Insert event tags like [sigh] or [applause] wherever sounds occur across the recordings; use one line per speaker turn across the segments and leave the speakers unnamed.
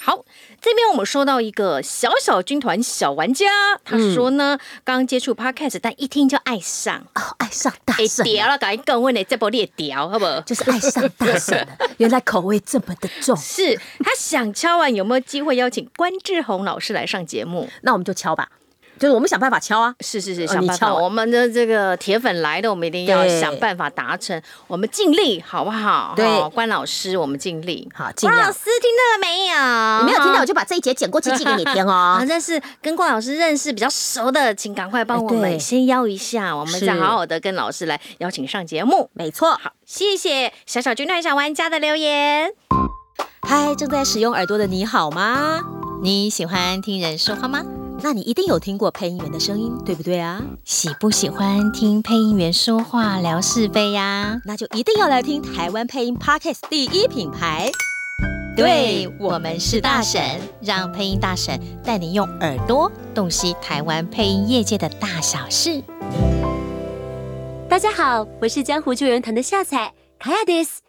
好，这边我们收到一个小小军团小玩家，他说呢，刚接触 podcast，但一听就爱上，
哦，爱上大
哎、
神
屌
了，
了，赶紧更问你这波列屌，好不好？
就是爱上大神
[laughs]
了。原来口味这么的重，
是他想敲完有没有机会邀请关志宏老师来上节目？哦
那我们就敲吧，就是我们想办法敲啊。
是是是，
呃
想
你
办
敲
法。
完
我们的这个铁粉来的，我们一定要
对
想办法达成，我们尽力，好不好？
对
好关老师，我们尽力。
好，尽
关老
量。
师听到了没有？
你没有听到，我就把这一节剪过去寄给你听
啊， [laughs]
哦。
认识跟关老师认识比较熟的，请赶快帮
哎
我
对
们先邀一下，我们
是
再好好的跟老师来邀请上节目。
没错，
好，谢谢小小军团小玩家的留言。
嗨，正在使用耳朵的你好吗？
你喜欢听人说话吗？
那你一定有听过配音员的声音，对不对啊？
喜不喜欢听配音员说话聊是非呀、
那就一定要来听台湾配音 Podcast 第一品牌。
对我们是大神，让配音大神带你用耳朵洞悉台湾配音业界的大小事。
大家好，我是江湖救援团的夏彩卡亚迪斯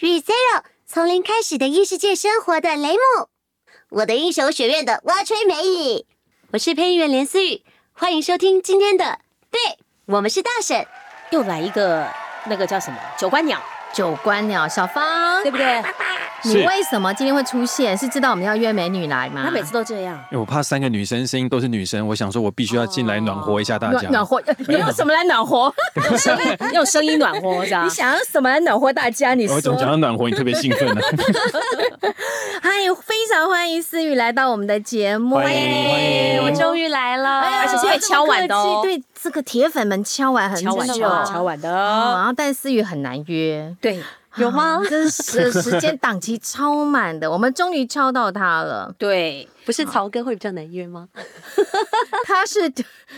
与 Zero 从零开始的异世界生活的雷姆，我的英雄学院的蛙吹美乙，我是配音员连思雨，欢迎收听今天的，对我们是大婶，
又来一个那个叫什么九官
[laughs]
鸟，
九官鸟小芳
对，不对？
你
是
为什么今天会出现？是知道我们要约美女来吗？
他每次都这
[laughs]
样。
因为我怕三个女生声音都是女生，我想说我必须要进来暖和一
哦
下大家。
暖暖和，你用什么来暖
[laughs]
和？用声音，用声音暖和，这样。
你想要什么来暖和大家？你
啊
说。
我怎么讲到暖和，你特别兴
[laughs]
奋呢、啊
嗨，非常欢迎思雨来到我们的节目，哎
欢迎欢迎
我终于来了，
哎呦
而且是被敲碗的哦
这么客气对这个铁粉们敲碗很久，
敲碗
真的吗
敲碗的
哦
哦。
然后但思雨很难约。
对
有吗
啊？ [laughs] 这时时间档期超满的，我们终于敲到他
[laughs]
了。
对，
不是曹哥会比较难约吗？
他是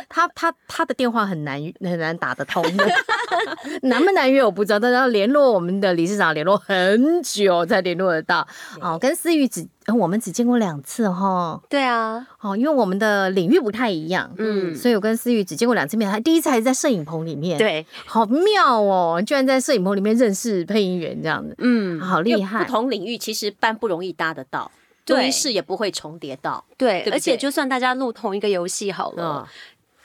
他他他的电话很难很难打得通的， [laughs] 难不难约我不知道，但是要联络我们的理事长联络很久才联络得到。哦，跟思雨只、呃我们只见过两次哈，
对啊，
哦，因为我们的领域不太一样，
嗯，
所以我跟思雨只见过两次面，还第一次还是在摄影棚里面，，
对，
好妙哦，居然在摄影棚里面认识配音员这样子，
嗯，
好厉
因为
害
不。同领域其实班不容易搭得到，
对
录音室也不会重叠到。
对
对不，对
而且就算大家录同一个游戏好了
嗯，，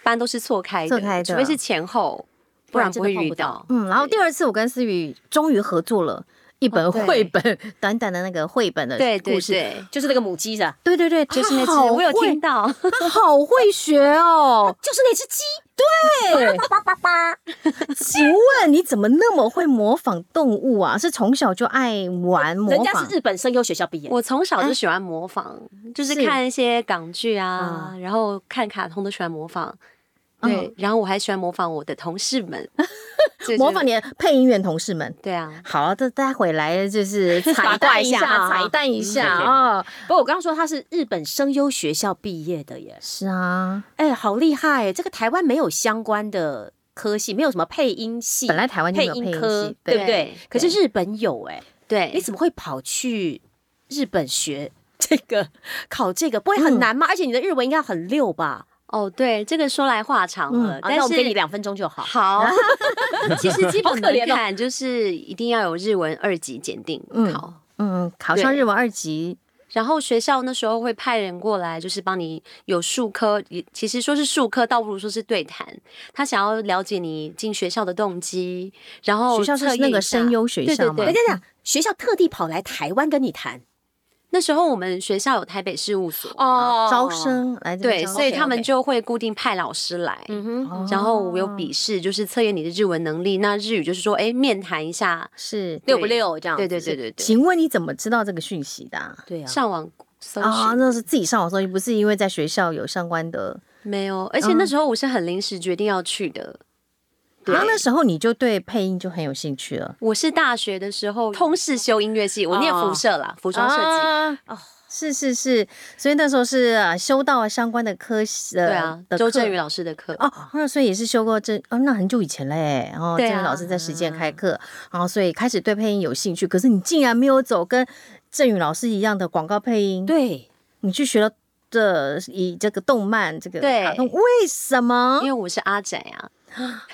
班都是错开
错
的，
开的
除非是前后，不然不会遇到。
嗯，然后第二次我跟思雨终于合作了一本
哦对
绘本， [laughs] 短短的那个绘本的
对对
故事，
对，
就是那个母鸡的，。
对对对，
就是那
他
只，
好
我有
会
听，到。 [laughs]
他好会学哦
就是那只鸡。 [laughs]
对，请问你怎么那么会模仿动物啊？是从小就爱玩模
人家
仿
是？日本声优学校毕业，
我从小就喜欢模仿，就是
是
看一些港剧啊，然后看卡通都喜欢模仿。
嗯
对，然后我还喜欢模仿我的同事们，就
模仿
就
你的配音员同事们。
对啊，
好，这待会来就是彩
八
蛋
卦
一
一
下，
下啊
彩蛋一下啊、哦！
不过我刚刚说他是日本声优学校毕业的耶，
是啊，
哎，好厉害耶！这个台湾没有相关的科系，没有什么配音系，
本来台湾就没
配
有配
音
音系
科，
对
对不对
对？
可是日本有哎，你
对，
怎么会跑去日本学这个考这个？不会很难吗？而且你的日文应该很溜吧？
哦，对，这个说来话长了，
嗯
啊，
呃但
那我们给你
是。
两分钟就好。
[laughs]
好，其实基本
好可怜
门
哦
槛就是一定要有日文二级检定
嗯
考，
嗯，考上
对
日文二级，
然后学校那时候会派人过来，就是帮你有数科，也其实说是数科，倒不如说是对谈。他想要了解你进学校的动机，然后
学校是
哦测验
那个
一下
声优学校
对
吗
哎等
对
一
对
下，等一下学校特地跑来台湾跟你谈
那时候我们学校有台北事务所，
哦
招。生来这边
对，
招
所以
生
他们就会固定派老师来。
嗯哼，
哦
然后我有笔试，就是测验你的日文能力。那日语就是说，哎，面谈一下。
是。
六不六
哦
这样子？
对对对对对，
请问你怎么知道这个讯息的啊？
对啊，
上网搜
啊，
寻
那是自己上网搜，不是因为在学校有相关的。
没有？
嗯
而且那时候我是很临时决定要去的。对
然后啊那时候你就对配音就很有兴趣了，
我是大学的时候通识修音乐系，我念
哦
辐射啦，服装设计。
啊
计哦，是是是，所以那时候是啊，修到啊相关的科系
对
呃
啊
的，
周
课
振宇老师的课。
哦，那所以也是修过这哦，那很久以前嘞。哦，
对
郑
啊
源老师在实践开课，然后所以开始对配音有兴趣。可是你竟然没有走跟郑宇老师一样的广告配音，
对，
你去学了这以这个动漫这个
对
卡通，为什么
因为我是阿宅啊，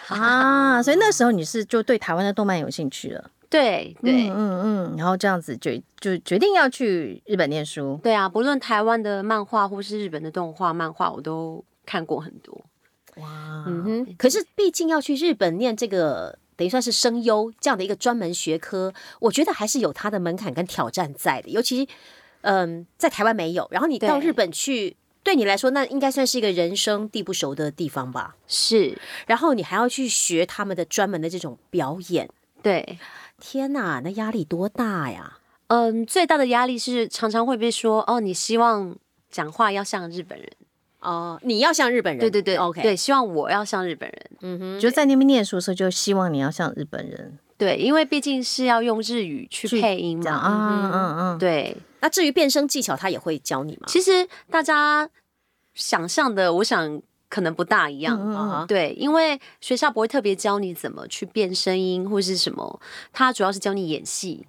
啊？所以那时候你是就对台湾的动漫有兴趣了。
对对、
嗯嗯嗯，然后这样子决就决定要去日本念书。
对啊，不论台湾的漫画或是日本的动画、漫画，我都看过很多。
哇，
嗯哼，
可是毕竟要去日本念这个。等于算是声优这样的一个专门学科，我觉得还是有它的门槛跟挑战在的。尤其，嗯，在台湾没有，然后你到
对
日本去，对你来说那应该算是一个人生地不熟的地方吧。
是，
然后你还要去学他们的专门的这种表演，
对。
天哪，那压力多大呀！
嗯，最大的压力是常常会被说哦，你希望讲话要像日本人。
哦、你要像日本人，
对对对
，OK，
对，希望我要像日本人。
嗯哼，
就在那边念书的时候，就希望你要像日本人
对，因为毕竟是要用日语去
去
配音
这样
嘛。
啊，嗯嗯，
对，
那至于变声技巧，他也会教
啊
你吗？
其实大家想象的，我想可能不大一样。
嗯嗯
啊，
对，因为学校不会特别教你怎么去变声音或是什么，它主要是教你演戏。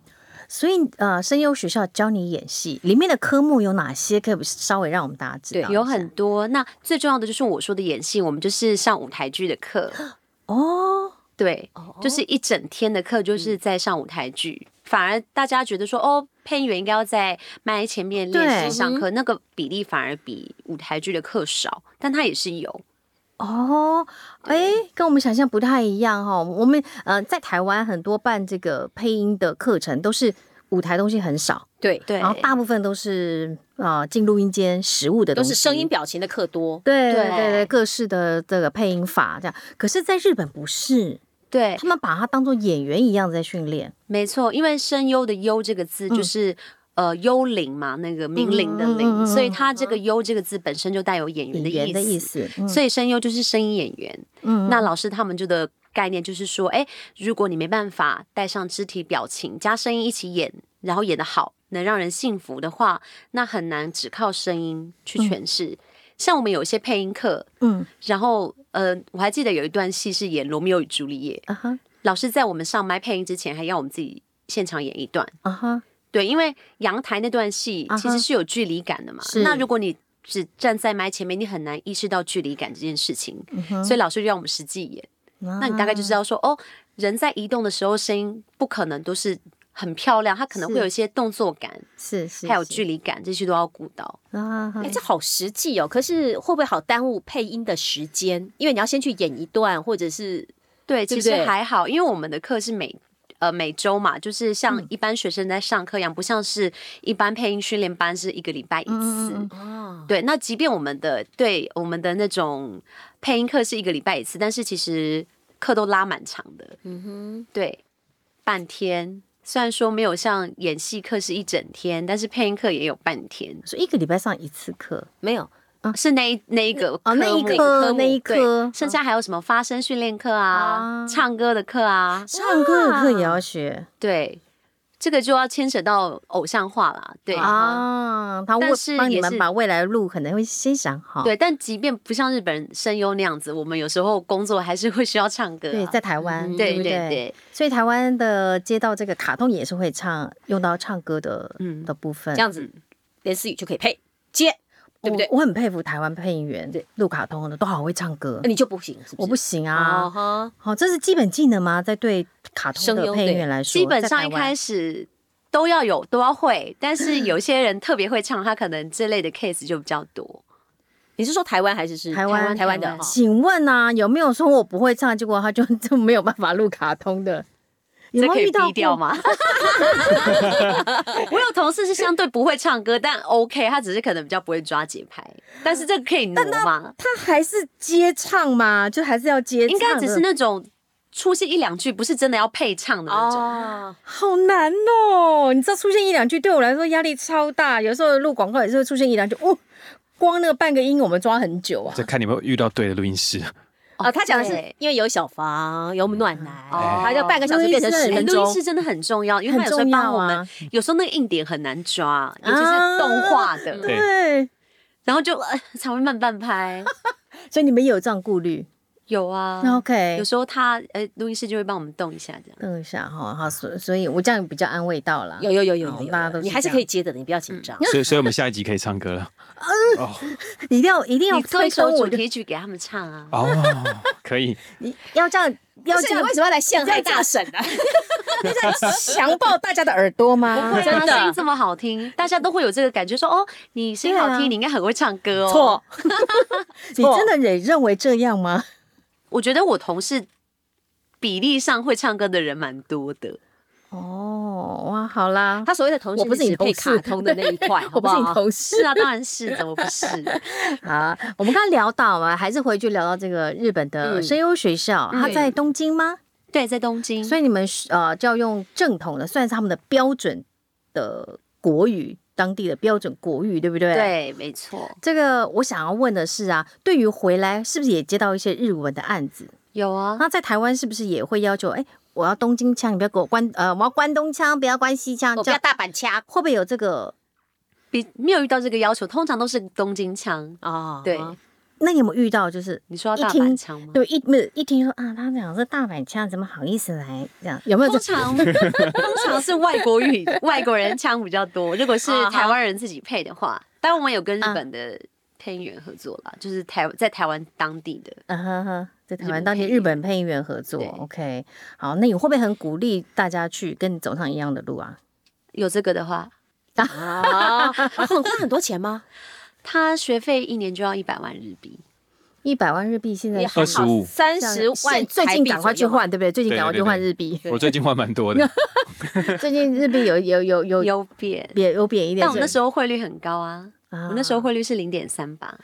所以呃，声优学校教你演戏，里面的科目有哪些？可以稍微让我们大家知道一下。
有很多。那最重要的就是我说的演戏，我们就是上舞台剧的课。
哦，
对，就是一整天的课，就是在上舞台剧。反而大家觉得说，哦，配音员应该要在麦前面
对
练
嗯
习上课，那个比例反而比舞台剧的课少，但它也是有。
哦，哎，跟我们想象不太一样哦。我们呃，在台湾很多办这个配音的课程都是舞台东西很少，
对，
对，
然后大部分都是啊进录音间实物的
都
东西，
是声音。表情的课多。
对
对
对对对，各式的这个配音法这样，可是，在日本不是，
对，
他们把它当做演员一样在训练。
没错，因为声优的“优”这个字就是、呃幽灵嘛，那个冥灵的
嗯嗯嗯嗯
灵，
嗯嗯
所以它这个“优”这个字本身就带有演员的
演
意思。
员的意思，嗯
所以声优就是声音演员。
嗯
那老师他们就的概念就是说，哎，如果你没办法带上肢体表情加声音一起演，然后演得好，能让人信服的话，那很难只靠声音去诠释。像我们有一些配音课，
嗯
然后呃，我还记得有一段戏是演《罗密欧与朱丽叶》，
啊哈
老师在我们上麦配音之前，还要我们自己现场演一段。
啊哈，
对，因为阳台那段戏
啊哈
其实是有距离感的嘛。
是
那如果你只站在麦前面，你很难意识到距离感这件事情，
嗯
所以老师就让我们实际演。那
那
你大概就知道说，哦，人在移动的时候，声音不可能都是很漂亮，它可能
是
会有一些动作感，
是是
还有
是
距离感，这些都要顾到。
啊哈
哎，这好实际哦。可是会不会好耽误配音的时间？因为你要先去演一段，或者是
对，
对
其
不
实
对
还好，因为我们的课是每呃每周嘛，就是
嗯
像一般学生在上课一样，不像是一般配音训练班是一个礼拜
嗯
一次。
哦
啊，
对，那即便我们的对我们的那种配音课是一个礼拜一次，但是其实课都拉蛮长的，
嗯哼，
对，半天。虽然说没有像演戏课是一整天，但是配音课也有半天，啊
所以一个礼拜上一次课
没有
是那一那一个
嗯哦那一
科目
科那一
对
科嗯
剩下还有什么发声训练课啊、
啊
唱歌的课啊，
唱歌的课也要学
对，这个就要牵扯到偶像化啦，对
啊，他为
但是
帮你
也
们
是
把未来的路可能会先想好。
对，但即便不像日本人声优那样子，我们有时候工作还是会需要唱歌、啊。
对，在台湾，
对
不
对
对
对
所以台湾的街道这个卡通也是会唱用到唱歌的
嗯
的部分。
这样子，连思雨就可以配接，对不对？
我我很佩服台湾配音员
对
录卡通的都好会唱歌
那，你就不行，是不是？
我不行
啊
啊。
哦
哈，
好，这是基本技能吗？在对卡通
声
的
优
配音
对
员来说，
基本
在
上
台
一
湾
开始都要有都要会，但是有些人特别会唱，他可能这类的 case 就比较多。
你是说台湾还是是
台湾
台湾的哦
台湾
哈
请问啊，有没有说我不会唱，结果他就 [laughs] 就没有办法录卡通的？有
这
没
可
有
以
遇到
低调
过？
[laughs]
吗？我有同事是相对不会唱歌，但 OK，他只是可能比较不会抓节拍，但是这个可以挪嘛？
他还是接唱吗？就还是要接唱的？
应该只是那种出现一两句，不是真的要配唱的那种。
哦，
好难哦！你知道出现一两句对我来说压力超大，有时候录广告也是会出现一两句，哦，光那个半个音我们抓很久啊
再。看你们遇到对的录
[laughs]
音师，
啊，他讲的是
呃对
因为有小房，有暖男，
哦
哎
他就半个小时变成十分
录音
钟
师。真的很重要，因为
很
他有时候
重要
帮我们
啊，
有时候那个硬点很难抓，尤其是动画的，
嗯
对
对，
然后就、呃、才会慢半拍。
所以你们也有这样顾虑。
有啊
那 OK，
有时候他呃，录音师就会帮我们动一下这样。
等一下哈，好，所所以我这样比较安慰到了。
有有有有
好
有有
哦大家都
有，
是
你还是
这样嗯
可以接的，你不要紧张。
所以所以我们下一集可以唱歌了。哦
一定要一定要
你做一
推
首
动
主
我的，
题曲给他们唱啊。
哦哦，可以，
你要这样要
是
这
你
样
为什么要来陷害大婶
啊
呢、
强暴大家的耳朵吗？
不会啊
真的
声音这么好听，大家都会有这个感觉说，哦，你声音好听，
对啊
你应该很会唱歌哦。，
[laughs] 错，
你真的也认为这样吗？
我觉得我同事比例上会唱歌的人蛮多的。
哦，哇，好啦，
他所谓的同事
我不是你
指配
同事
卡通的那一块，
[laughs] 我
好
不是
好
你同事
是啊，当然是，怎么不
[laughs]
是？
啊。我们刚刚聊到嘛，还是回去聊到这个日本的
嗯
声优学校，它在东京吗？
对，在东京，
所以你们是呃就要用正统的，算是他们的标准的国语，当地的标准国语，对不对？。
对，没错，
这个我想要问的是啊，对于回来是不是也接到一些日文的案子？
有啊，
那在台湾是不是也会要求，哎，我要东京腔，你不要给我关，呃，我要关东腔，不要关西腔，
我不
这
要
样
大阪掐
会不会有这个？
比没有遇到这个要求，通常都是东京腔。
啊
对，
那你有没有遇到就是
你说要
一
大
听
阪腔
[laughs]
吗？
对，一没有一听说啊，他讲是大阪腔，怎么好意思来这样？有没有
通
这？
常通常是外国语外国人腔比较多，如果是
啊哈啊
台湾人自己配的话，当然我们有跟日本的配音员合作啦，就是台在台湾当地的。
啊哈哈，在台
日
湾
本
当地
配
日
音
本配音员合作
对
，OK，好，那你会不会很鼓励大家去跟你走上一样的路啊？
有这个的话，
啊，很花很多钱吗？
他学费一年就要一百万日币。
一百万日币现在
也
是
还好，
25
三
这样
十
是
万，
最近赶快去，换，对不对？最近
对
赶快
对
去换
对
日币，
我最近换蛮多
[laughs]
的，
最近日币有有有有
有变，
贬有贬一点，
但我那时候汇率很高啊，
候
我那时候汇率是零点三八，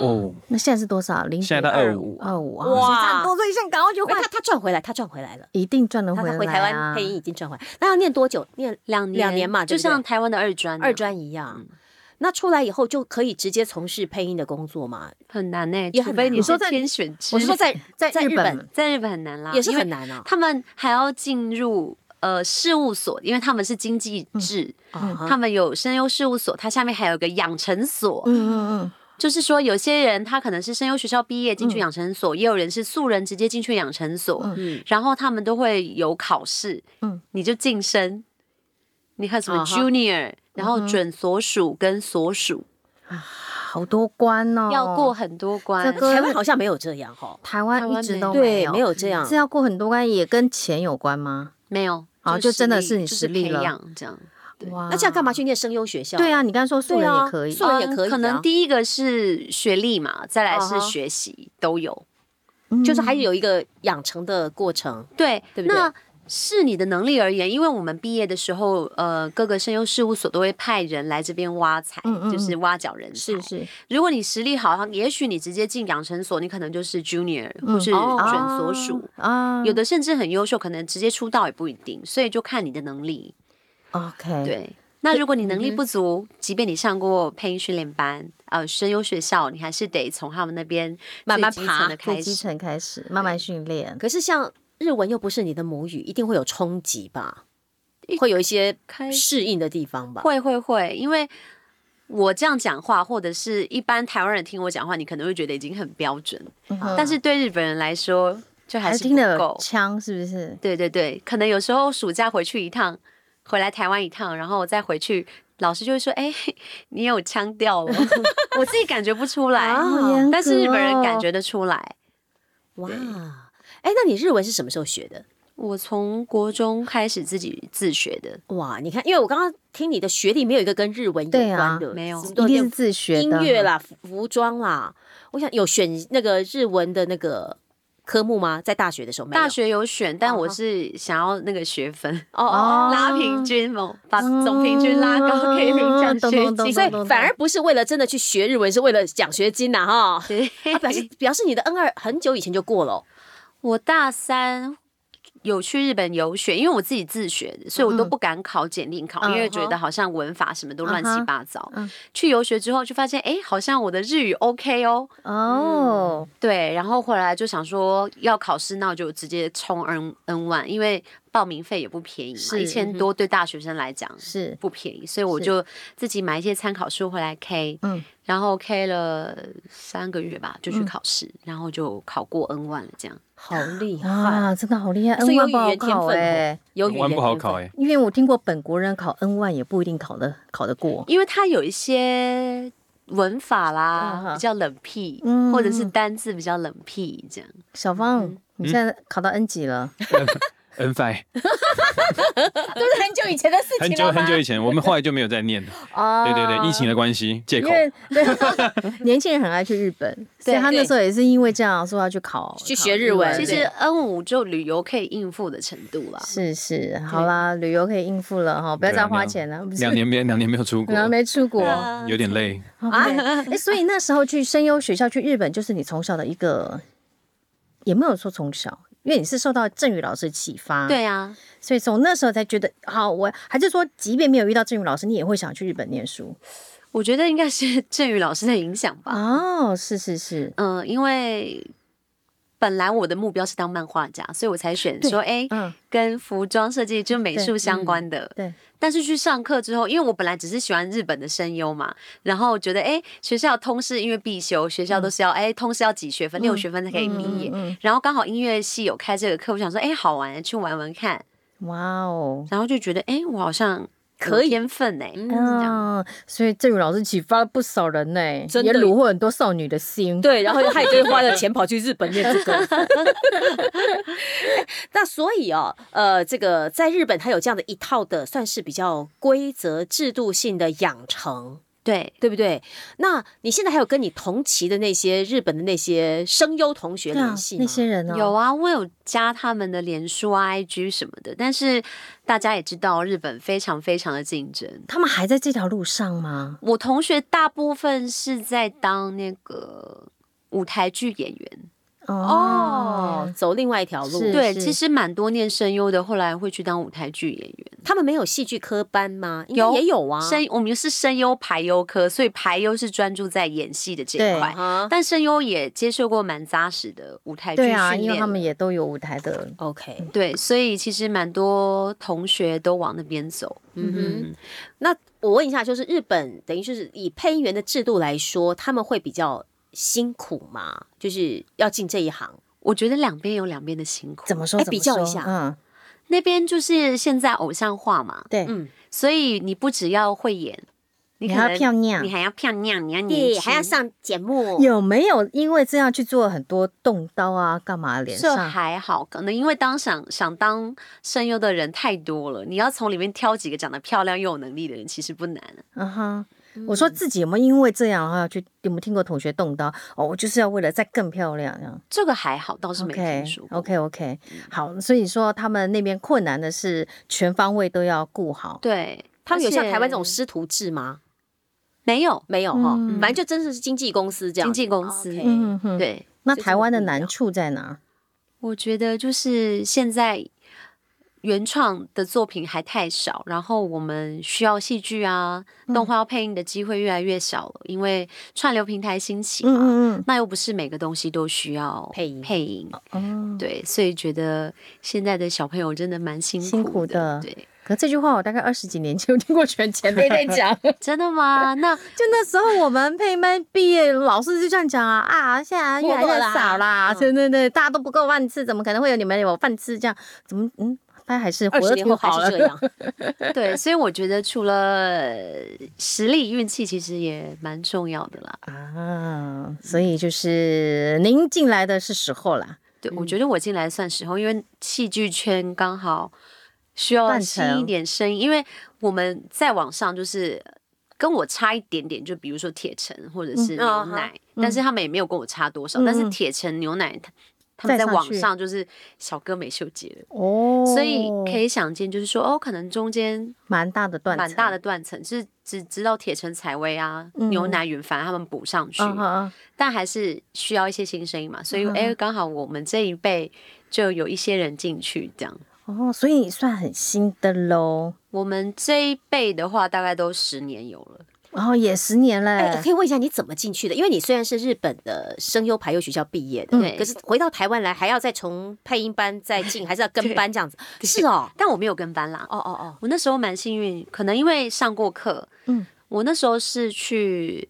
哦，
那现在是多少？零
现在到二五，
二五
哇
哇，差不多，所以现在赶快去
[laughs] 喂
换
哎他，他赚回来，他赚回来了。
一定赚得
他
回来、
他
啊。
回台湾配音已经赚回来，那要念多久？念
两年
两年嘛对
就
不对嗯
像台湾的二专啊，
二专一样。那出来以后就可以直接从事配音的工作嘛？
很难呢，
也
除
很
非
难啊
你
我
是
说
在
天选之
我是说在
在
在在
日
日
本
本
在日本很难啦，
也是
因为
很难啊。
他们还要进入呃事务所，因为他们是经济
嗯
制，
啊哈
他们有声优事务所，它下面还有个养成所，
嗯嗯嗯，
就是说有些人他可能是声优学校毕业进去养成所，也有人是素人直接进去养成所，
嗯
然后他们都会有考试，
嗯
你就晋升，你看什么
啊哈
嗯
junior，、然后准所属跟所属、
好多关哦，
要过很多关
这，个
台湾好像没有这样哈，
台湾
台
一
湾
直
没
都
有
对，没
没
有这样
是。要过很多关，也跟钱有关吗？
没有，
哦就真的是你实
实
力了
培养这样。对
哇
那这样干嘛？去念声优学校？
对，啊，你刚才说素
对
人
啊
也可以，
素人也可以啊
嗯可嗯能第一个是学历嘛，再来
啊哈
是学习都有。
嗯
就是还有一个养成的过程。
对，
对不对
那是你的能力而言，因为我们毕业的时候，呃，各个声优事务所都会派人来这边挖财，
嗯嗯
就是挖角人才。
是是
如果你实力好，也许你直接进养成所，你可能就是 junior 或是
哦
准所属。
啊，
有的甚至很优秀，可能直接出道也不一定，所以就看你的能力。
OK，，
对，那如果你
嗯
能力不足，即便你上过配音训练班、呃声优学校，你还是得从他们那边
慢慢
最基层
爬
的
最
开
基
始。
层开始慢慢训练。
可是像日文又不是你的母语，一定会有冲击吧？会有一些
开
适应的地方吧？
会会会，因为我这样讲话，或者是一般台湾人听我讲话，你可能会觉得已经很标准，但是对日本人来说，就
嗯
还
还
是
听
不
得
够。
腔是不是？
对对对，可能有时候暑假回去一趟，回来台湾一趟，然后再回去，老师就会说：“哎、你有腔调
[laughs]
了。”我自己感觉不出来，
啊好严格
但是日本人感
哦
觉得出来。
哇！哎，那你日文是什么时候学的？
我从国中开始自己自学的，
哇，你看，因为我刚刚听你的学历没有一个跟日文有
对啊
关的，
没有
一
都
定是自学
音
的啊
乐啦、服服装啦。我想有选那个日文的那个科目吗？在大学的时候没有。
大学有选，但我
哦
是想要那个学分。
哦哦，
嗯 [laughs] 哦，嗯
拉平均嘛，把总平均拉高，可以领奖
懂懂
学
懂
金。
所以
懂懂
反而不是为了真的去学日文，是为了奖学金呐、哈。
对
啊，表示表示你的 N 二很久以前就过了哦、
我大三有去日本游学，因为我自己自学的，所以我都不敢考检定考，
嗯
因为觉得好像文法什么都乱
嗯嗯
七
哼
八糟。
嗯
去游学之后就发现，哎，好像我的日语 OK 哦。
哦，
嗯
对，然后回来就想说要考试，那我就直接冲 N N one，因为报名费也不便宜嘛，
是
一千多对大学生来讲
是
不便宜，所以我
是
就自己买一些参考书回来 K，
嗯
然后 K 了三个月吧，就去考试，然后就考过 N one 了，这样。
好厉害！
啊，真的好厉害
所
，N
以有
万
语
不好
言天
考
分
哎、
哦，有语言
弯不好
天
考
分
哎，
因为我听过本国人考 N 万也不一定考得考得过
因为它有一些文法
嗯
啦
哼
比较冷僻，
嗯
或者是单字比较冷僻，这样
小
嗯
芳，你现在
嗯
考到 N 几
[laughs]
了？
欸
[laughs]
N five，
都是很久以前的事
很
情
久
了吗
很？久以前，我们后来就没有再念了。
[laughs] 哦
对对对，疫情的关系，借口
因。
[laughs]
为对 [laughs] 年轻人很爱去日本，所以他那时候也是因为这样说要去考
去
考
学日文
其
对
实 N 五就旅游可以应付的程度啦。
是是，好啦，旅游可以应付了哈，不要再花钱了，不是
啊两年没两年没
[laughs]
有出国
然，后没出国啊。
有点累。
哎，所以那时候去声优学校去日本，就是你从小的一个，也没有说从小。因为你是受到郑宇老师启发，，
对啊，
所以从那时候才觉得，好，我还是说，即便没有遇到郑宇老师，你也会想去日本念书。
我觉得应该是振宇老师的影响吧。
哦，是是是，
嗯、因为本来我的目标是当漫画家，所以我才选说，哎、
嗯，
跟服装设计就美术相关的。
对，
但是去上课之后，因为我本来只是喜欢日本的声优嘛，然后觉得哎、诶学校通识因为必修，学校都是要哎、诶通识要几学分，六学分才可以毕业。
嗯嗯嗯
然后刚好音乐系有开这个课，我想说哎、诶好玩，去玩玩看。
哇哦，
然后就觉得哎、诶我好像
可以
有天分哎、这样
嗯，所以郑宇老师启发了不少人呢、
真
也
的
虏获很多少女的心。
啊
对，然后他也就是花了钱跑去日本念这个。 [laughs] 那所以哦，呃，这个在日本它有这样的一套的，算是比较规则制度性的养成，
对。
对不对？那你现在还有跟你同期的那些日本的那些声优同学
啊
联系，吗？
那些人呢、
有啊，我有加他们的脸书啊、IG 什么的，但是大家也知道，日本非常非常的竞争。
他们还在这条路上吗？
我同学大部分是在当那个舞台剧演员，
哦，走另外一条路。
是
对，其实蛮多念声优的，后来会去当舞台剧演员。
他们没有戏剧科班吗？应该
有
也有啊。
声、我们是声优排优科，所以排优是专注在演戏的这一
对
块，
啊
但声优也接受过蛮扎实的舞台剧
对啊，
训
因为
练
他。们也都有舞台的。
，OK，
对，所以其实蛮多同学都往那边走。
嗯哼。那我问一下，就是日本等于就是以配音员的制度来说，他们会比较辛苦吗？就是要进这一行，
我觉得两边有两边的辛苦。
怎么说？
哎
怎么
比较
说
一下
嗯，
那边就是现在偶像化嘛，
对，
嗯
所以你不只要会演，你
你
可
还
能
要漂亮
你。还要漂亮，你要
嗯
年
对，
轻，
还要上节目。
有没有因为这样去做很多动刀啊，干嘛脸
这
上？
还好，可能因为当想想当声优的人太多了，你要从里面挑几个长得漂亮又有能力的人，其实不难。啊
嗯哼，我说自己有没有因为这样然后要去？有没有听过同学动刀？哦，我就是要为了再更漂亮这样。
这个还好，倒是没
OK
听说过。
OK OK，好，
嗯
所以说他们那边困难的是全方位都要顾好。
对，
他们有像台湾这种
而且
师徒制吗？
没有
没有哈、
嗯
反正就真的是经纪公司这样
经
子。
纪公司。
OK
嗯哼，
对，
那
所以
台
这
湾
个
的
不一样
难处在哪？
我觉得就是现在原创的作品还太少，然后我们需要戏剧啊、
嗯
动画配音的机会越来越少了，因为串流平台兴起嘛。
嗯嗯
那又不是每个东西都需要
配音
配音，
嗯，哦。
对，所以觉得现在的小朋友真的蛮辛苦
辛苦的
对，
可这句话我大概二十几年前有听过全前辈在讲，
[laughs]
就
真的吗？那
那时候我们配麦毕业，老师就这样讲啊啊，现在越来
没落
越
啦
少啦，
嗯
对对对，大家都不够饭吃，怎么可能会有你们有饭吃？这样怎么嗯，他还是活
二
得
十年
挺
后还
好
是
了
这。样，
对，所以我觉得除了实力，运气其实也蛮重要的啦。
[laughs] 啊，所以就是您进来的是时候啦，
对，我
嗯
觉得我进来算时候，因为戏剧圈刚好需要
断
新一
层
点声音，因为我们在网上就是跟我差一点点，就比如说铁城或者是牛
啊哈
奶，但是他们也没有跟我差多少，但是
嗯嗯嗯
铁城牛奶他他们
再
在
上
网
去
上就是小哥美秀节了，
哦
所以可以想见，就是说哦，可能中间
蛮大的断层，
蛮大的断层，就是只直到铁城采薇啊、牛
嗯
奶、云凡他们补上去，
嗯嗯嗯
但还是需要一些新声音嘛，所以哎，刚、好我们这一辈就有一些人进去，这样。
哦，所以你算很新的喽，
我们这一辈的话，大概都十年有了。
然、后哦也十年嘞、
哎，可以问一下你怎么进去的？因为你虽然是日本的声优排优学校毕业的，
对
可是回到台湾来还要再从配音班再进，还是要跟班这样子？是哦，
但我没有跟班啦，
哦哦哦，
我那时候蛮幸运，可能因为上过课，
嗯，
我那时候是去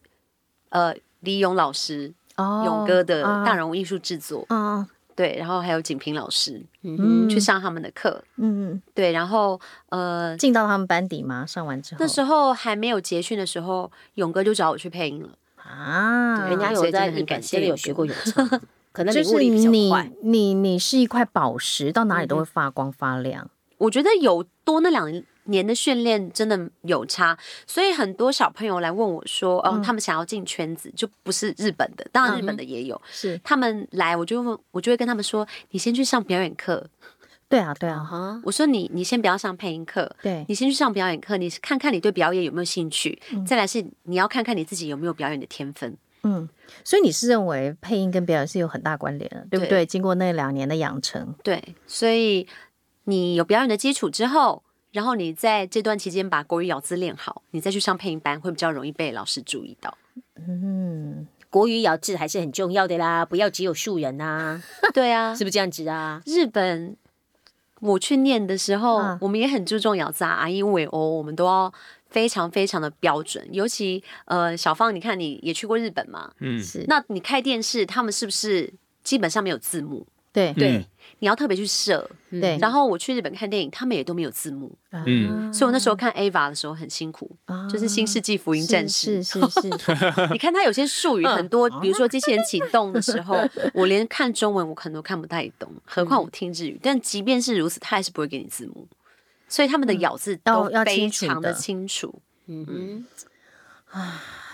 呃李勇老师、
哦
勇哥的大，人物艺术制作，
啊啊
对，然后还有景平老师、
嗯，
去上他们的课，
嗯，
对，然后呃
进到他们班底吗？上完之后
那时候还没有结训的时候，勇哥就找我去配音了。
啊，
人家
嗯所
有
以真
在
的很
日本
感谢
真的有
勇
学 [laughs]
哥
过咏唱，可能
就
领
是
悟力比
你
较快。
你你是一块宝石，到
嗯
哪里都会发光发亮。
我觉得有多那两年的训练真的有差，所以很多小朋友来问我说，哦，他们想要进圈子，就不是日本的，当然日本的也有，
是
他们来我就问，我就会跟他们说，你先去上表演课，
对啊，对
啊
啊，
哈，
我说你你先不要上配音课。
对，
哦你先去上表演课，你看看你对表演有没有兴趣，再来是你要看看你自己有没有表演的天分。
嗯，所以你是认为配音跟表演是有很大关联的，对不
对
对？经过那两年的养成，
对，所以你有表演的基础之后，然后你在这段期间把国语咬字练好，你再去上配音班会比较容易被老师注意到。
嗯，
国语咬字还是很重要的啦，不要只有树人呐、
对啊，
是不是这样子啊？
日本我去念的时候，
嗯
我们也很注重咬字啊，啊因为哦，我们都要非常非常的标准。尤其呃，小芳，你看你也去过日本嘛，
嗯，
是，
那你开电视，他们是不是基本上没有字幕？
对
对，
你要特别去设。
嗯
对，
然后我去日本看电影，他们也都没有字幕，
嗯
所以我那时候看 AVA 的时候很辛苦，
啊
就是《新世纪福音战士》
是是是
[laughs]
是，
你看它有些术语很多，比如说机器人启动的时候，我连看中文我可能都看不太懂，何况我听日语。但即便是如此，它还是不会给你字幕，所以他们的咬字都
要要
非
清楚
常的
的
清楚。
嗯哼，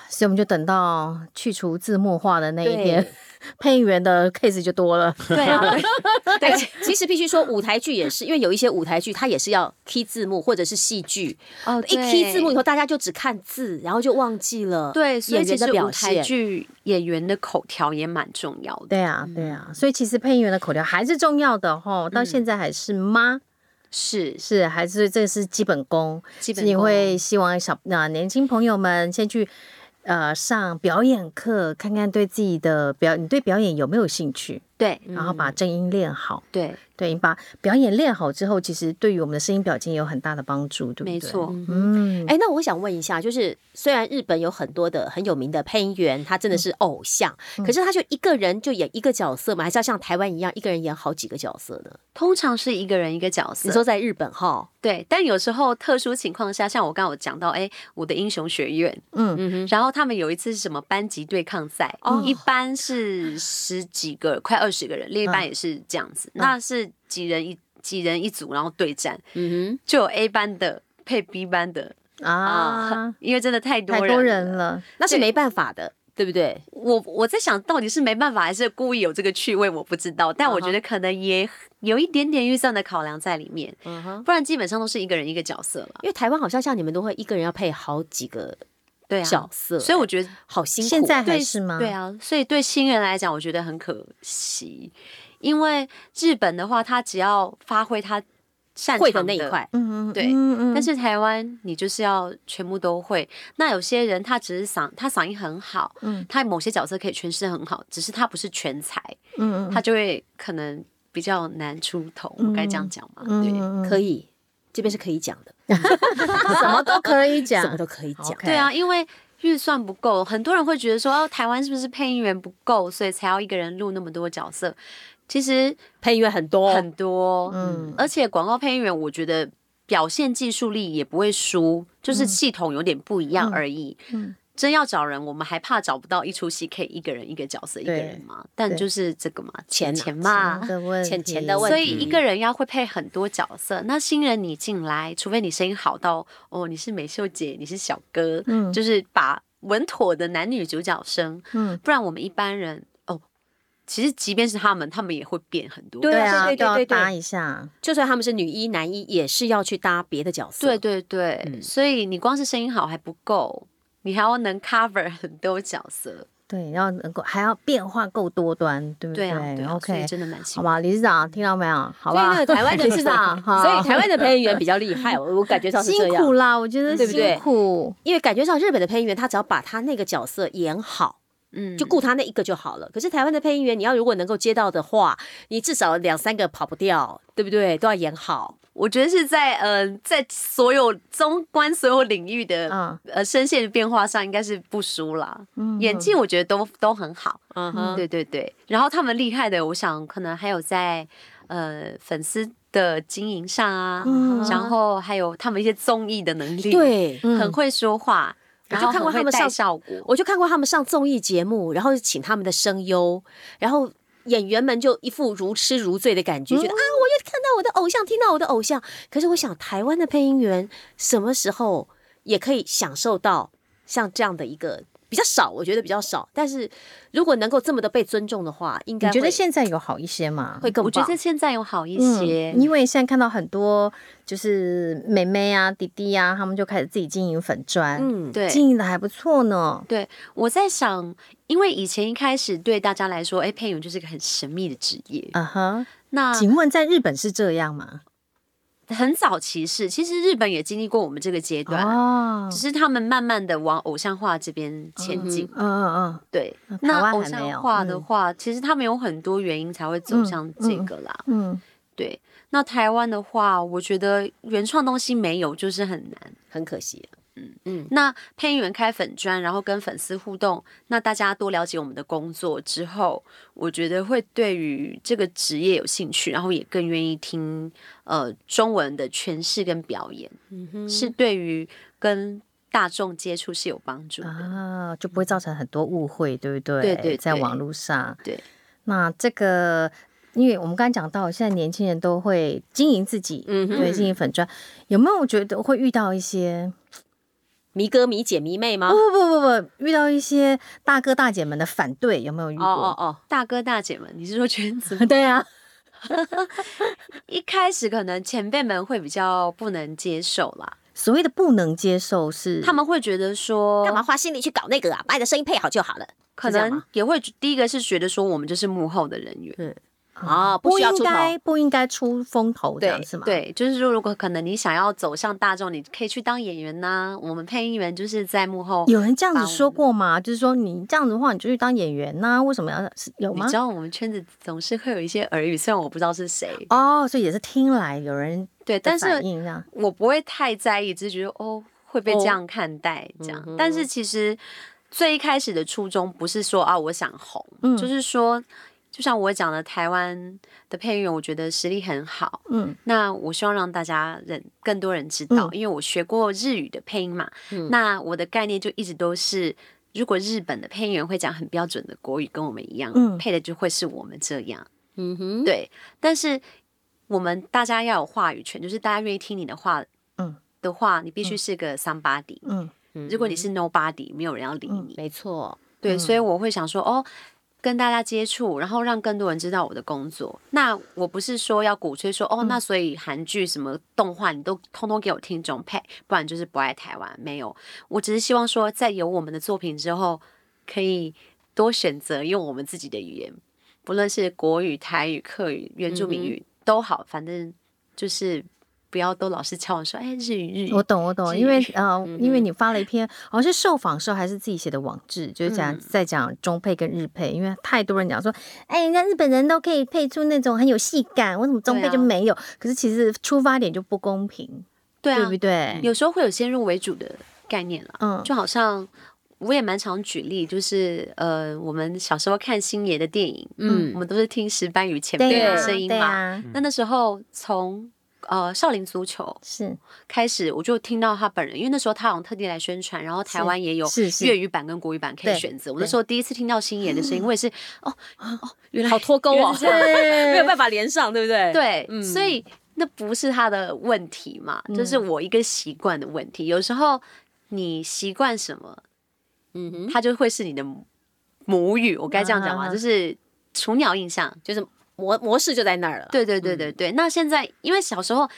所以我们就等到去除字幕化的那一天
对，
配音员的 case 就多了。
对 [laughs] 啊，
对，其实必须说舞台剧也是，因为有一些舞台剧它也是要 key 字幕或者是戏剧，
哦
一 key 字幕以
后，
后大家就只看字，然后就忘记了
对，所
演
以其
员的
实舞
表
台
现。
剧演员的口条也蛮重要的。
对啊，对啊，
嗯
所以其实配音员的口条还是重要的吼，到现在还是吗？
是
是，还是这是基本功。
基
是
本
你
功
会希望小那、年轻朋友们先去呃上表演课，看看对自己的表你对表演有没有兴趣，
对
然后把
嗯
正音练好。
对，
对，你把表演练好之后，其实对于我们的声音表情有很大的帮助，对不对？
没，错，
嗯，
哎，那我想问一下，就是虽然日本有很多的很有名的配音员，他真的是偶像，可是他就一个人就演一个角色嘛，还是要像台湾一样一个人演好几个角色呢？
通常是一个人一个角色。
你说在日本哈，
对，但有时候特殊情况下，像我刚刚有讲到，哎，我的英雄学院，
嗯
嗯，然后他们有一次是什么班级对抗赛，一般是十几个，快二十个人，另一班也是这样子，那是几人一几人一组，然后对战，
嗯
就有 A 班的配 B 班的啊
啊，，
因为真的太多
太
人
多人了，
哼，那是
对
没办法的，对不对？
我我在想到底是没办法，还是故意有这个趣味，我不知道。但我觉得可能也有一点点预算的考量在里面，
嗯哼，
不然基本上都是一个人一个角色了。
因为台湾好像像你们都会一个人要配好几个
对啊，
角色，
所以我觉得
好辛苦。哦
现在还
对
是吗？
对啊，所以对新人来讲，我觉得很可惜，因为日本的话，他只要发挥他擅长
会的那一块，
嗯，嗯嗯，
对
嗯嗯
但是台湾你就是要全部都会。那有些人他只是嗓，他嗓音很好，
嗯
他某些角色可以诠释得很好，只是他不是全才，
嗯嗯
他就会可能比较难出头。我该这样讲嘛？
嗯
对。
嗯，嗯
可以，这边是可以讲的，
什么都可以
什么
讲，
都可以讲。嗯
OK
对啊，因为预算不够，很多人会觉得说，哦，台湾是不是配音员不够，所以才要一个人录那么多角色？其实
配音员很多，
很多，
嗯
而且广告配音员，我觉得表现技术力也不会输，就是系统有点不一样而已。
嗯
真要找人，我们还怕找不到一出戏可以一个人一个角色一个人吗？但就是这个嘛，
钱啊嗯
钱嘛。
的问题，
钱钱的问
所
题
以一个人要会配很多角色，那新人你进来，除非你声音好到哦，你是美秀姐，你是小哥，
嗯
就是把稳妥的男女主角声，
嗯，
不然我们一般人哦，其实即便是他们，他们也会变很多。
对
对
啊
啊，
对对
都要
对对
搭一下，
就算他们是女一、男一，也是要去搭别的角色。
对对对，
嗯
所以你光是声音好还不够，你还要能 cover 很多角色。
对，要能够还要变化够多端，对不
对啊，对啊所以
OK，
真的蛮辛
好
苦。
吧，理事长听到没有？好
所以
吧
那，个台湾的
理事长，好
[laughs] 所以台湾的配音员比较厉 [laughs] 害，我我感觉上是这
辛苦
样。
啦，我觉得
对不对
辛苦，
因为感觉上日本的配音员，他只要把他那个角色演好，
嗯，
就顾他那一个就好了。可是台湾的配音员，你要如果能够接到的话，你至少两三个跑不掉，对不对？都要演好。
我觉得是在呃，在所有综观所有领域的、
嗯
呃声线的变化上，应该是不输啦。
嗯
演技我觉得都都很好。
嗯哼，
对对对，然后他们厉害的，我想可能还有在呃粉丝的经营上啊，
嗯
然后还有他们一些综艺的能力，，
对，
嗯
很会说话，
我
然
就
后
看过
很
他
会
们
带
上
效果，
我就看过他们上综艺节目，然后请他们的声优，然后演员们就一副如痴如醉的感觉，觉得啊，我又看到我的偶像，听到我的偶像。可是我想，台湾的配音员什么时候也可以享受到像这样的一个比较少，我觉得比较少。但是如果能够这么的被尊重的话，应该
你觉得
会
现在有好一些吗？
会更
我
棒。
觉得现在有好一
嗯
些。
因为现在看到很多就是妹妹啊、弟弟啊，他们就开始自己经营粉砖，
嗯，
对，
经营的还不错呢。
对，我在想，因为以前一开始对大家来说，哎，配音员就是一个很神秘的职业。
啊哈，
那
请问在日本是这样吗？
很早期是，其实日本也经历过我们这个阶段，
哦
啊只，是他们慢慢的往偶像化这边前进。
嗯嗯
对
嗯，台
那
湾
偶
还没有
像化的
嗯
话，其实他们有很多原因才会走向这个啦。
嗯
对，那台湾的话，我觉得原创东西没有就是很难。
很可惜。
那配音员开粉专，然后跟粉丝互动，那大家多了解我们的工作之后，我觉得会对于这个职业有兴趣，然后也更愿意听呃中文的诠释跟表演，
嗯
是对于跟大众接触是有帮助
嗯
的。
啊，就不会造成很多误会，对不对？
对对
在
对
网络上，
对，
那这个。因为我们刚才讲到，现在年轻人都会经营自己，
嗯哼
对，经营粉砖，有没有觉得会遇到一些哦
迷哥、迷姐、迷妹吗？
不不不不不，遇到一些大哥大姐们的反对，有没有遇过？
哦哦，
大哥大姐们，你是说圈子
[laughs]
吗？ [laughs]
对啊，
一开始可能前辈们会比较不能接受啦，
所谓的不能接受是
他们会觉得
嗯
说
干嘛花心力去搞那个啊？把你的声音配好就好了。
可
这样
能
吗
也会第一个是觉得说我们就是幕后的人员，
啊，不
不
需要
应
出头。
该不应该出风头这样是吗？，
对，就是说如果可能你想要走向大众，你可以去当演员呐、我们配音员就是在幕后，
有人这样子说过吗？就是说你这样子的话，你就去当演员呐、为什么要是有
你
吗
知？道我们圈子总是会有一些耳语，虽然我不知道是谁，
哦，所以也是听来有人
对，
的
但是
反应这样
我不会太在意，只是觉得哦会被
哦
这样看待这样。
嗯
但是其实最一开始的初衷不是说啊我想红，
嗯
就是说就像我讲的，台湾的配音员我觉得实力很好，
嗯
那我希望让大家人更多人知道，
嗯
因为我学过日语的配音嘛，那我的概念就一直都是。如果日本的配音员会讲很标准的国语，跟我们一样，
嗯
配的就会是我们这样。
嗯哼。
对，但是我们大家要有话语权，就是大家愿意听你的话，
嗯
的话，你必须是个 somebody、
嗯
如果你是 nobody，没有人要理你。
没错，
对，所以
嗯
我会想说，哦，跟大家接触，然后让更多人知道我的工作。那我不是说要鼓吹说，哦，
嗯
那所以韩剧什么动画你都通通给我听众配，不然就是不爱台湾。没有，我只是希望说，在有我们的作品之后，可以多选择用我们自己的语言，不论是国语、台语、客语、原
嗯
住民语、都好，反正就是不要都老是敲我说，哎，日语日语。
我懂，我懂，因为呃，
嗯
因为你发了一篇，好像是受访时候还是自己写的网志，就是
嗯
讲在讲中配跟日配，因为太多人讲说，哎，人家日本人都可以配出那种很有戏感，为什么中配
对啊
就没有？可是其实出发点就不公平，
对啊，
不对？
有时候会有先入为主的概念啦，
嗯
就好像我也蛮常举例，就是呃，我们小时候看星爷的电影，
嗯
我们都是听石斑鱼前
对
辈
呀，
的声音
对啊
嘛。嗯
呀，
那那时候从呃少林足球
是
开始，我就听到他本人，因为那时候他好像特地来宣传，然后台湾也有
是是
粤语版跟国语版可以
对
选择。我
对嗯
那时候第一次听到星爷的声音，我也是哦哦，原来
好脱钩
原来
哦
是，这样
没有办法连上，对不对？，
对，嗯所以那不是他的问题嘛，就是我一个习惯的问题。有时候你习惯什么，
嗯哼，
它就会是你的母母语。我该这样讲
啊
吗？就是雏鸟印象。嗯
就是模模式就在那儿了。，
对对对对对。那现在因为小时候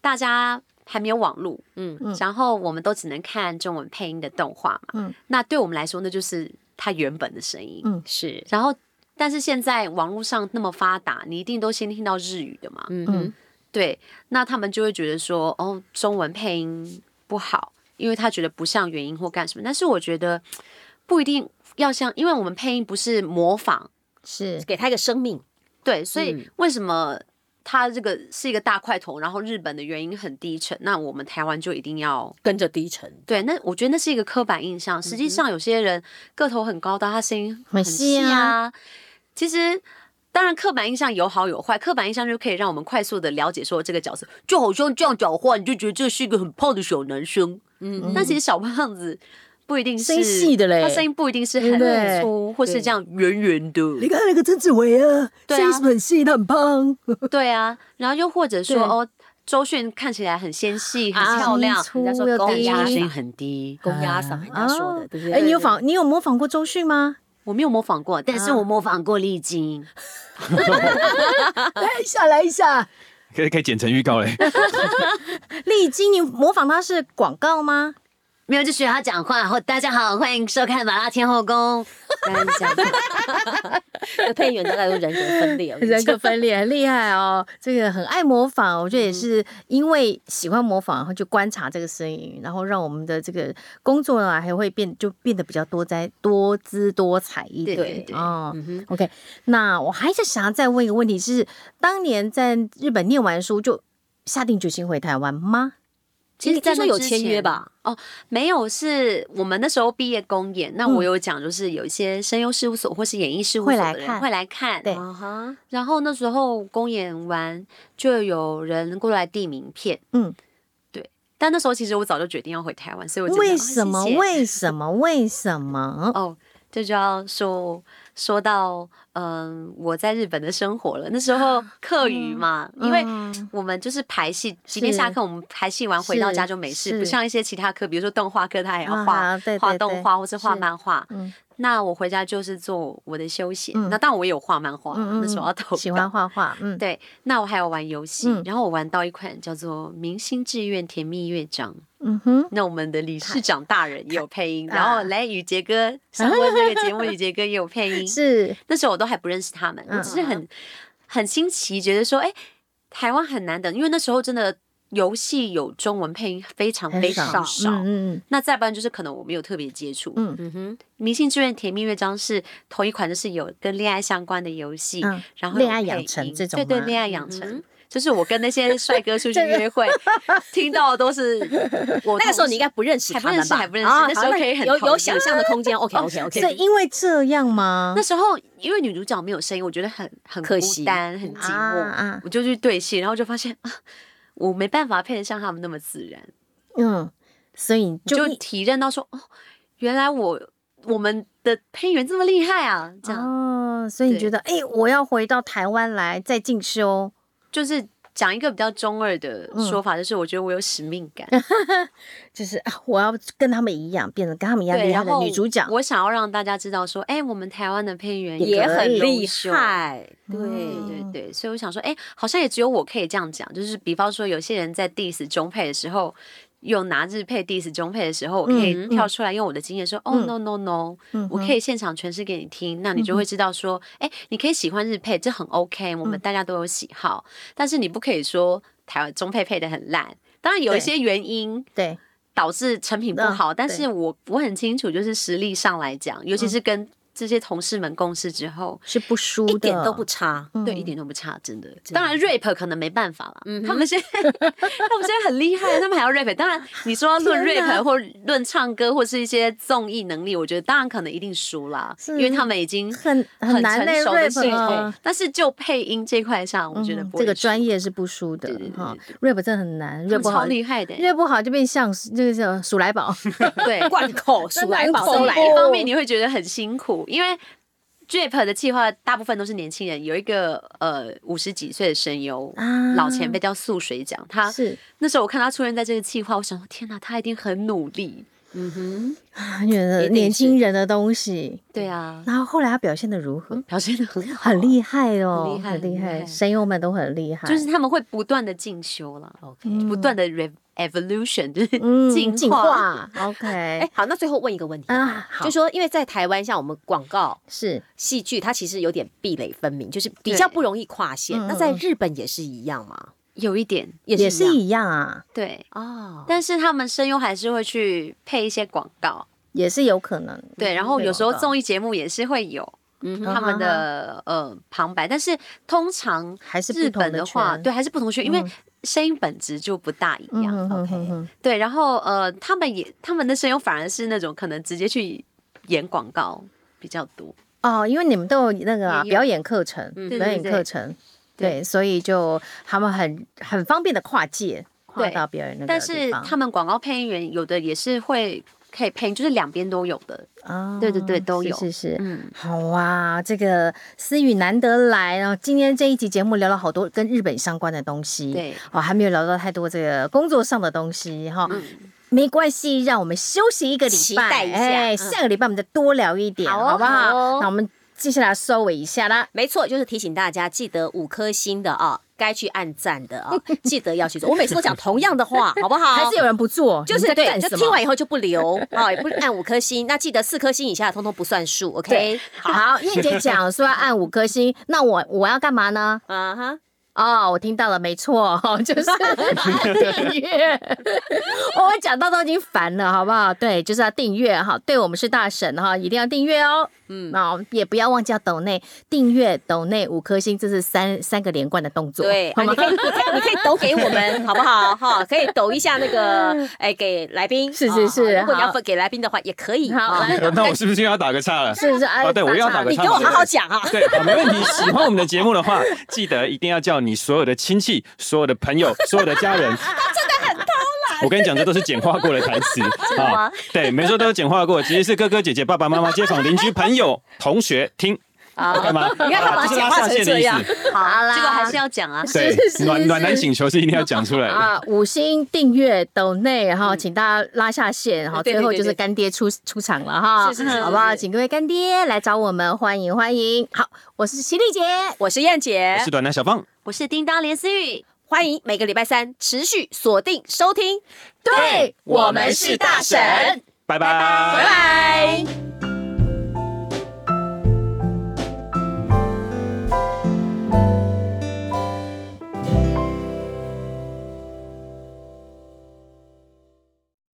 大家。还没有网络，
嗯
嗯，然后我们都只能看中文配音的动画嘛，
嗯
嗯，那对我们来说，那就是它原本的声音，
嗯
是，
然后但是现在网络上那么发达，你一定都先听到日语的嘛，
嗯
嗯
哼，
对，那他们就会觉得说，哦，中文配音不好，因为他觉得不像原音或干什么。但是我觉得不一定要像，因为我们配音不是模仿，
是，
给他一个生命，
对，所以
嗯
为什么他这个是一个大块头，然后日本的原音很低沉，那我们台湾就一定要
跟着低沉。
对？那我觉得那是一个刻板印象。实际上，有些人个头很高大，他声音
嗯很
很
细
细
啊
啊，其实。当然，刻板印象有好有坏。刻板印象就可以让我们快速的了解说这个角色，嗯就好像这样讲话，你就觉得这是一个很胖的小男生。嗯，但其实小胖子不一定是
嗯声音细的嘞
他声音不一定是
对不对
很粗，或是这样圆圆的。
看那个曾志伟啊，
对啊声音是不
很细，他很胖，
对啊，然后又或者说
对
哦，周迅看起来很纤细、很
啊
漂亮，
粗
人家说
又
高
但
低
是
压
她
力
声音很低。
公鸭嗓人家说的，对不对？
啊哎，你有
[laughs]
仿你有模仿过周迅 [laughs] 吗？
我没有模仿过，但是我模仿过丽晶。
来一哎下，来一下，
可以可以剪成预告嘞。
[laughs] 丽晶，你模仿她是广告 [laughs] 吗？
没有就学他讲话。后大家好，欢迎收看《麻辣天后宫》。
配音员大概都人格分裂，我跟
[laughs]
你
人格
讲
分裂很厉害哦，这个很爱模仿，我觉得也是因为喜欢模仿，然后就观察这个声音，然后让我们的这个工作啊，还会变就变得比较多灾多姿多彩一点。
对对对
哦、
嗯哼，
OK，那我还是想要再问一个问题是，当年在日本念完书就下定决心回台湾吗？
其实在
听
那有
说
签约吧？
哦，没有，是我们那时候毕业公演。那我有讲，就是有一些声优事务所或是演艺事务所的
会来
人
看
会来看。
对
啊哈，
然后那时候公演完，就有人过来递名片。
嗯，
对。但那时候其实我早就决定要回台湾，所以我就
为
想
什么？
哦谢谢
为什么？为什么？
哦，这就要说说到嗯、我在日本的生活了。那时候课余嘛，因为
嗯
我们就是排戏，几天
是
下课我们排戏完回到家就没事，不
是
像一些其他课，比如说动画课，他也要画
啊对对
画
对
动画或是画
是
漫画。
嗯
那我回家就是做我的休闲。
嗯
那当然我也有画漫画，
嗯嗯
那时候要投稿
喜欢。画画，嗯，
对，那我还有玩游戏，
嗯
然后我玩到一款叫做《明星志愿甜蜜乐章》，
嗯哼，
那我们的理事长大人也有配音，
啊
然后来宇杰
[laughs]
哥上过那个节目，宇杰哥也有配音。
是
那时候我都还不认识他们，
嗯
我只是很很新奇，觉得说，哎、台湾很难等，因为那时候真的游戏有中文配音非常非常少。
嗯嗯
那再不然就是可能我没有特别接触。
嗯
嗯哼，《明星志愿甜蜜乐章》是头一款，就是有跟恋爱相关的游戏，
嗯
然后有
恋爱
配
养成
音
这种
对对，
吗嗯
恋爱养成。就是我跟那些帅哥
[laughs]
出去约会，听到的都是我
那个时候你应
该。
该不认识
还不
他
认
们
识
吧？
还不认识
啊
那时
好
候可以很
有
讨厌
有想象的空间。OK OK
嗯，
OK，
是因为这样吗
那？时候因为女主角没有声音，我觉得很很
可
孤
惜
单、很寂寞，
啊啊
我就去对戏，然后就发现啊，我没办法配得上他们那么自然，
嗯，所以
就
就
体认到说哦，原来我我们的配音员这么厉害啊！这样、
哦，所以你
对
觉得，哎、我要回到台湾来再进修，
就是讲一个比较中二的
嗯
说法，就是我觉得我有使命感，
就是啊，我要跟他们一样，变得跟他们一样
对，
厉害
然
的
后
女主角。
我想要让大家知道说，哎，我们台湾的配音员
也
可
很
以
厉
优秀。
害，
哦
对
对。
对对，所以我想说，哎、好像也只有我可以这样讲，就是比方说，有些人在 diss 中配的时候，用拿日配 diss 中配的时候，我可以
嗯
跳出来用我的经验说，哦、
嗯
no no no，、
嗯
我
哼嗯
可以现场诠释给你听，那你就会知道说，哎、你可以喜欢日配，这很 OK，我们
嗯
大家都有喜好，但是你不可以说台湾中配配的很烂，当然有一
对
些原因。
对，
导致成品不
嗯
好，但
对
是我我很清楚，就是实力上来讲，尤其
嗯
是跟这些同事们共事之后，
是不输的，
一点都不差，
对，
嗯
一点都不差，真的。当然，rap 可能没办法啦，他们现在
[laughs]
他们现在很厉害，他们还要 rap。当然，你说论
天哪
rap 或论唱歌或是一些综艺能力，我觉得当然可能一定输啦，
是
因为他们已经
很很
很
难
成
嘞
熟的
rap
系统
啊。
但是就配音这块上，我觉得
嗯
不
这
会
个
输
专业是不输的
对对对
哈
对
，rap 真的很难
他
，rap
们
不
超
好
厉害的，
，rap 不好就变像这个叫鼠
[laughs]
来宝，
对。
[laughs]
贯口数来宝
真
都
的
来
很
一
恐
了。
方面你会觉得很辛苦，因为 Drip 的计划大部分都是年轻人，有一个呃五十几岁的声优。
啊
老前辈啊叫素水奖，他
是
那时候我看他出现在这个计划，我想说天哪，他一定很努力。
啊觉得
一定
年
是
轻人的东西。
对啊，
然后后来他表现的如何？
表现的很好，
很厉害哦，
很厉害
很厉
很厉
害，
害
声优们都很厉害，
就是他们会不断的进修了，
嗯
不断的 re evolution 就是
嗯
进
进
化。
化。OK，
哎，好，那最后问一个问题，
啊，好
就，说因为在台湾，像我们广告、
是
戏剧，它其实有点壁垒分明，就是比较
对
不容易跨线
嗯。
那在日本也是一样嘛，
有一点
也
是一
是
样
一样啊，
对，
哦。
但是他们声优还是会去配一些广告，
也是有可能。
对，然后有时候
中
综艺节目也是会有
嗯
他们的呃旁白，但是通常
还是
日
不同
本
的
的话，
圈
对，还是不同圈，因为声音本质就不大一样。
嗯哼
OK
哼哼
对，然后呃，他们也他们的声优反而是那种可能直接去演广告比较多。
哦，因为你们都有那个啊
也有嗯
表演课程，
对
表
对
演
对
课程，
对
对，所以就他们很很方便的跨界，跨
对
到表演那个
但
地
是
方
他们广告配音员有的也是会可以配音，就是两边都有的。
啊
对对对都
是
有
是是，
嗯，
好啊，这个思雨难得来，然后今天这一集节目聊了好多跟日本相关的东西，，
对，
哦，还没有聊到太多这个工作上的东西哈。
嗯
没关系，让我们休息一个礼
期
拜，
待一下
哎，
嗯
下个礼拜我们再多聊一点，
好哦
不好？
好哦
那我们接下来收尾一下啦。
没错，就是提醒大家记得五颗星的啊，该去按赞的
[laughs]
啊，记得要去做。我每次都讲同样的话，好不好？
还是有人不做，
就
你
是
在
对，
干
就
什
听
么
完以后就不留啊，也不按五颗星。那记得四颗星以下的通通不算数，OK？
对， [laughs] 好，燕姐讲说要按五颗星，那我我要干嘛呢？
[laughs] 啊哈，
哦，我听到了，没错， [laughs] 就是按订阅。我讲到都已经烦了，好不好？对，就是要订阅哈，对我们是大神哈，一定要订阅哦。嗯，那也不要忘记要抖内订阅，抖内五颗星，这是三三个连贯的动作，
对，啊
好吗
你？可以，你可以，你可以抖给我们，好不好？ [laughs] 哈，可以抖一下那个，哎，给来宾。
是是是
啊如果你要
好
分给来宾的话，也可以。
好 [laughs]
啊
来
那我是不是又要打个
[laughs]
岔了？ [laughs]
是不是？哎
啊对我又要打个
你给我好好讲啊。
对，好，没问题。喜欢我们的节目的话，记得一定要叫你所有的亲戚、 [laughs] 所有的朋友、所有的家人。真的很偷懒。我跟你讲，这都是简化过的台词啊。对，没错，都是简化过，其实是哥哥姐姐、爸爸妈妈、街坊邻居、朋友、同学听。啊，干嘛？你
看他把它
这是拉
简化成
下线的意
这样
思。
好
啦
这个还是要讲啊。
对
是是，
暖
是
暖男请求是一定要讲出来的。
啊，五星订阅抖内哈，请大家拉下线哈，
嗯对对
最后
对
就是
对
干爹出出场了哈，
是是是
好不好？
是
请各位干爹来找我们，欢迎欢迎。好，我是犀利姐，
我是燕姐
我，是暖男小芳，
我是叮当连思雨，
欢迎每个礼拜三持续锁定收听。
对
我们是大神，拜拜。
拜拜。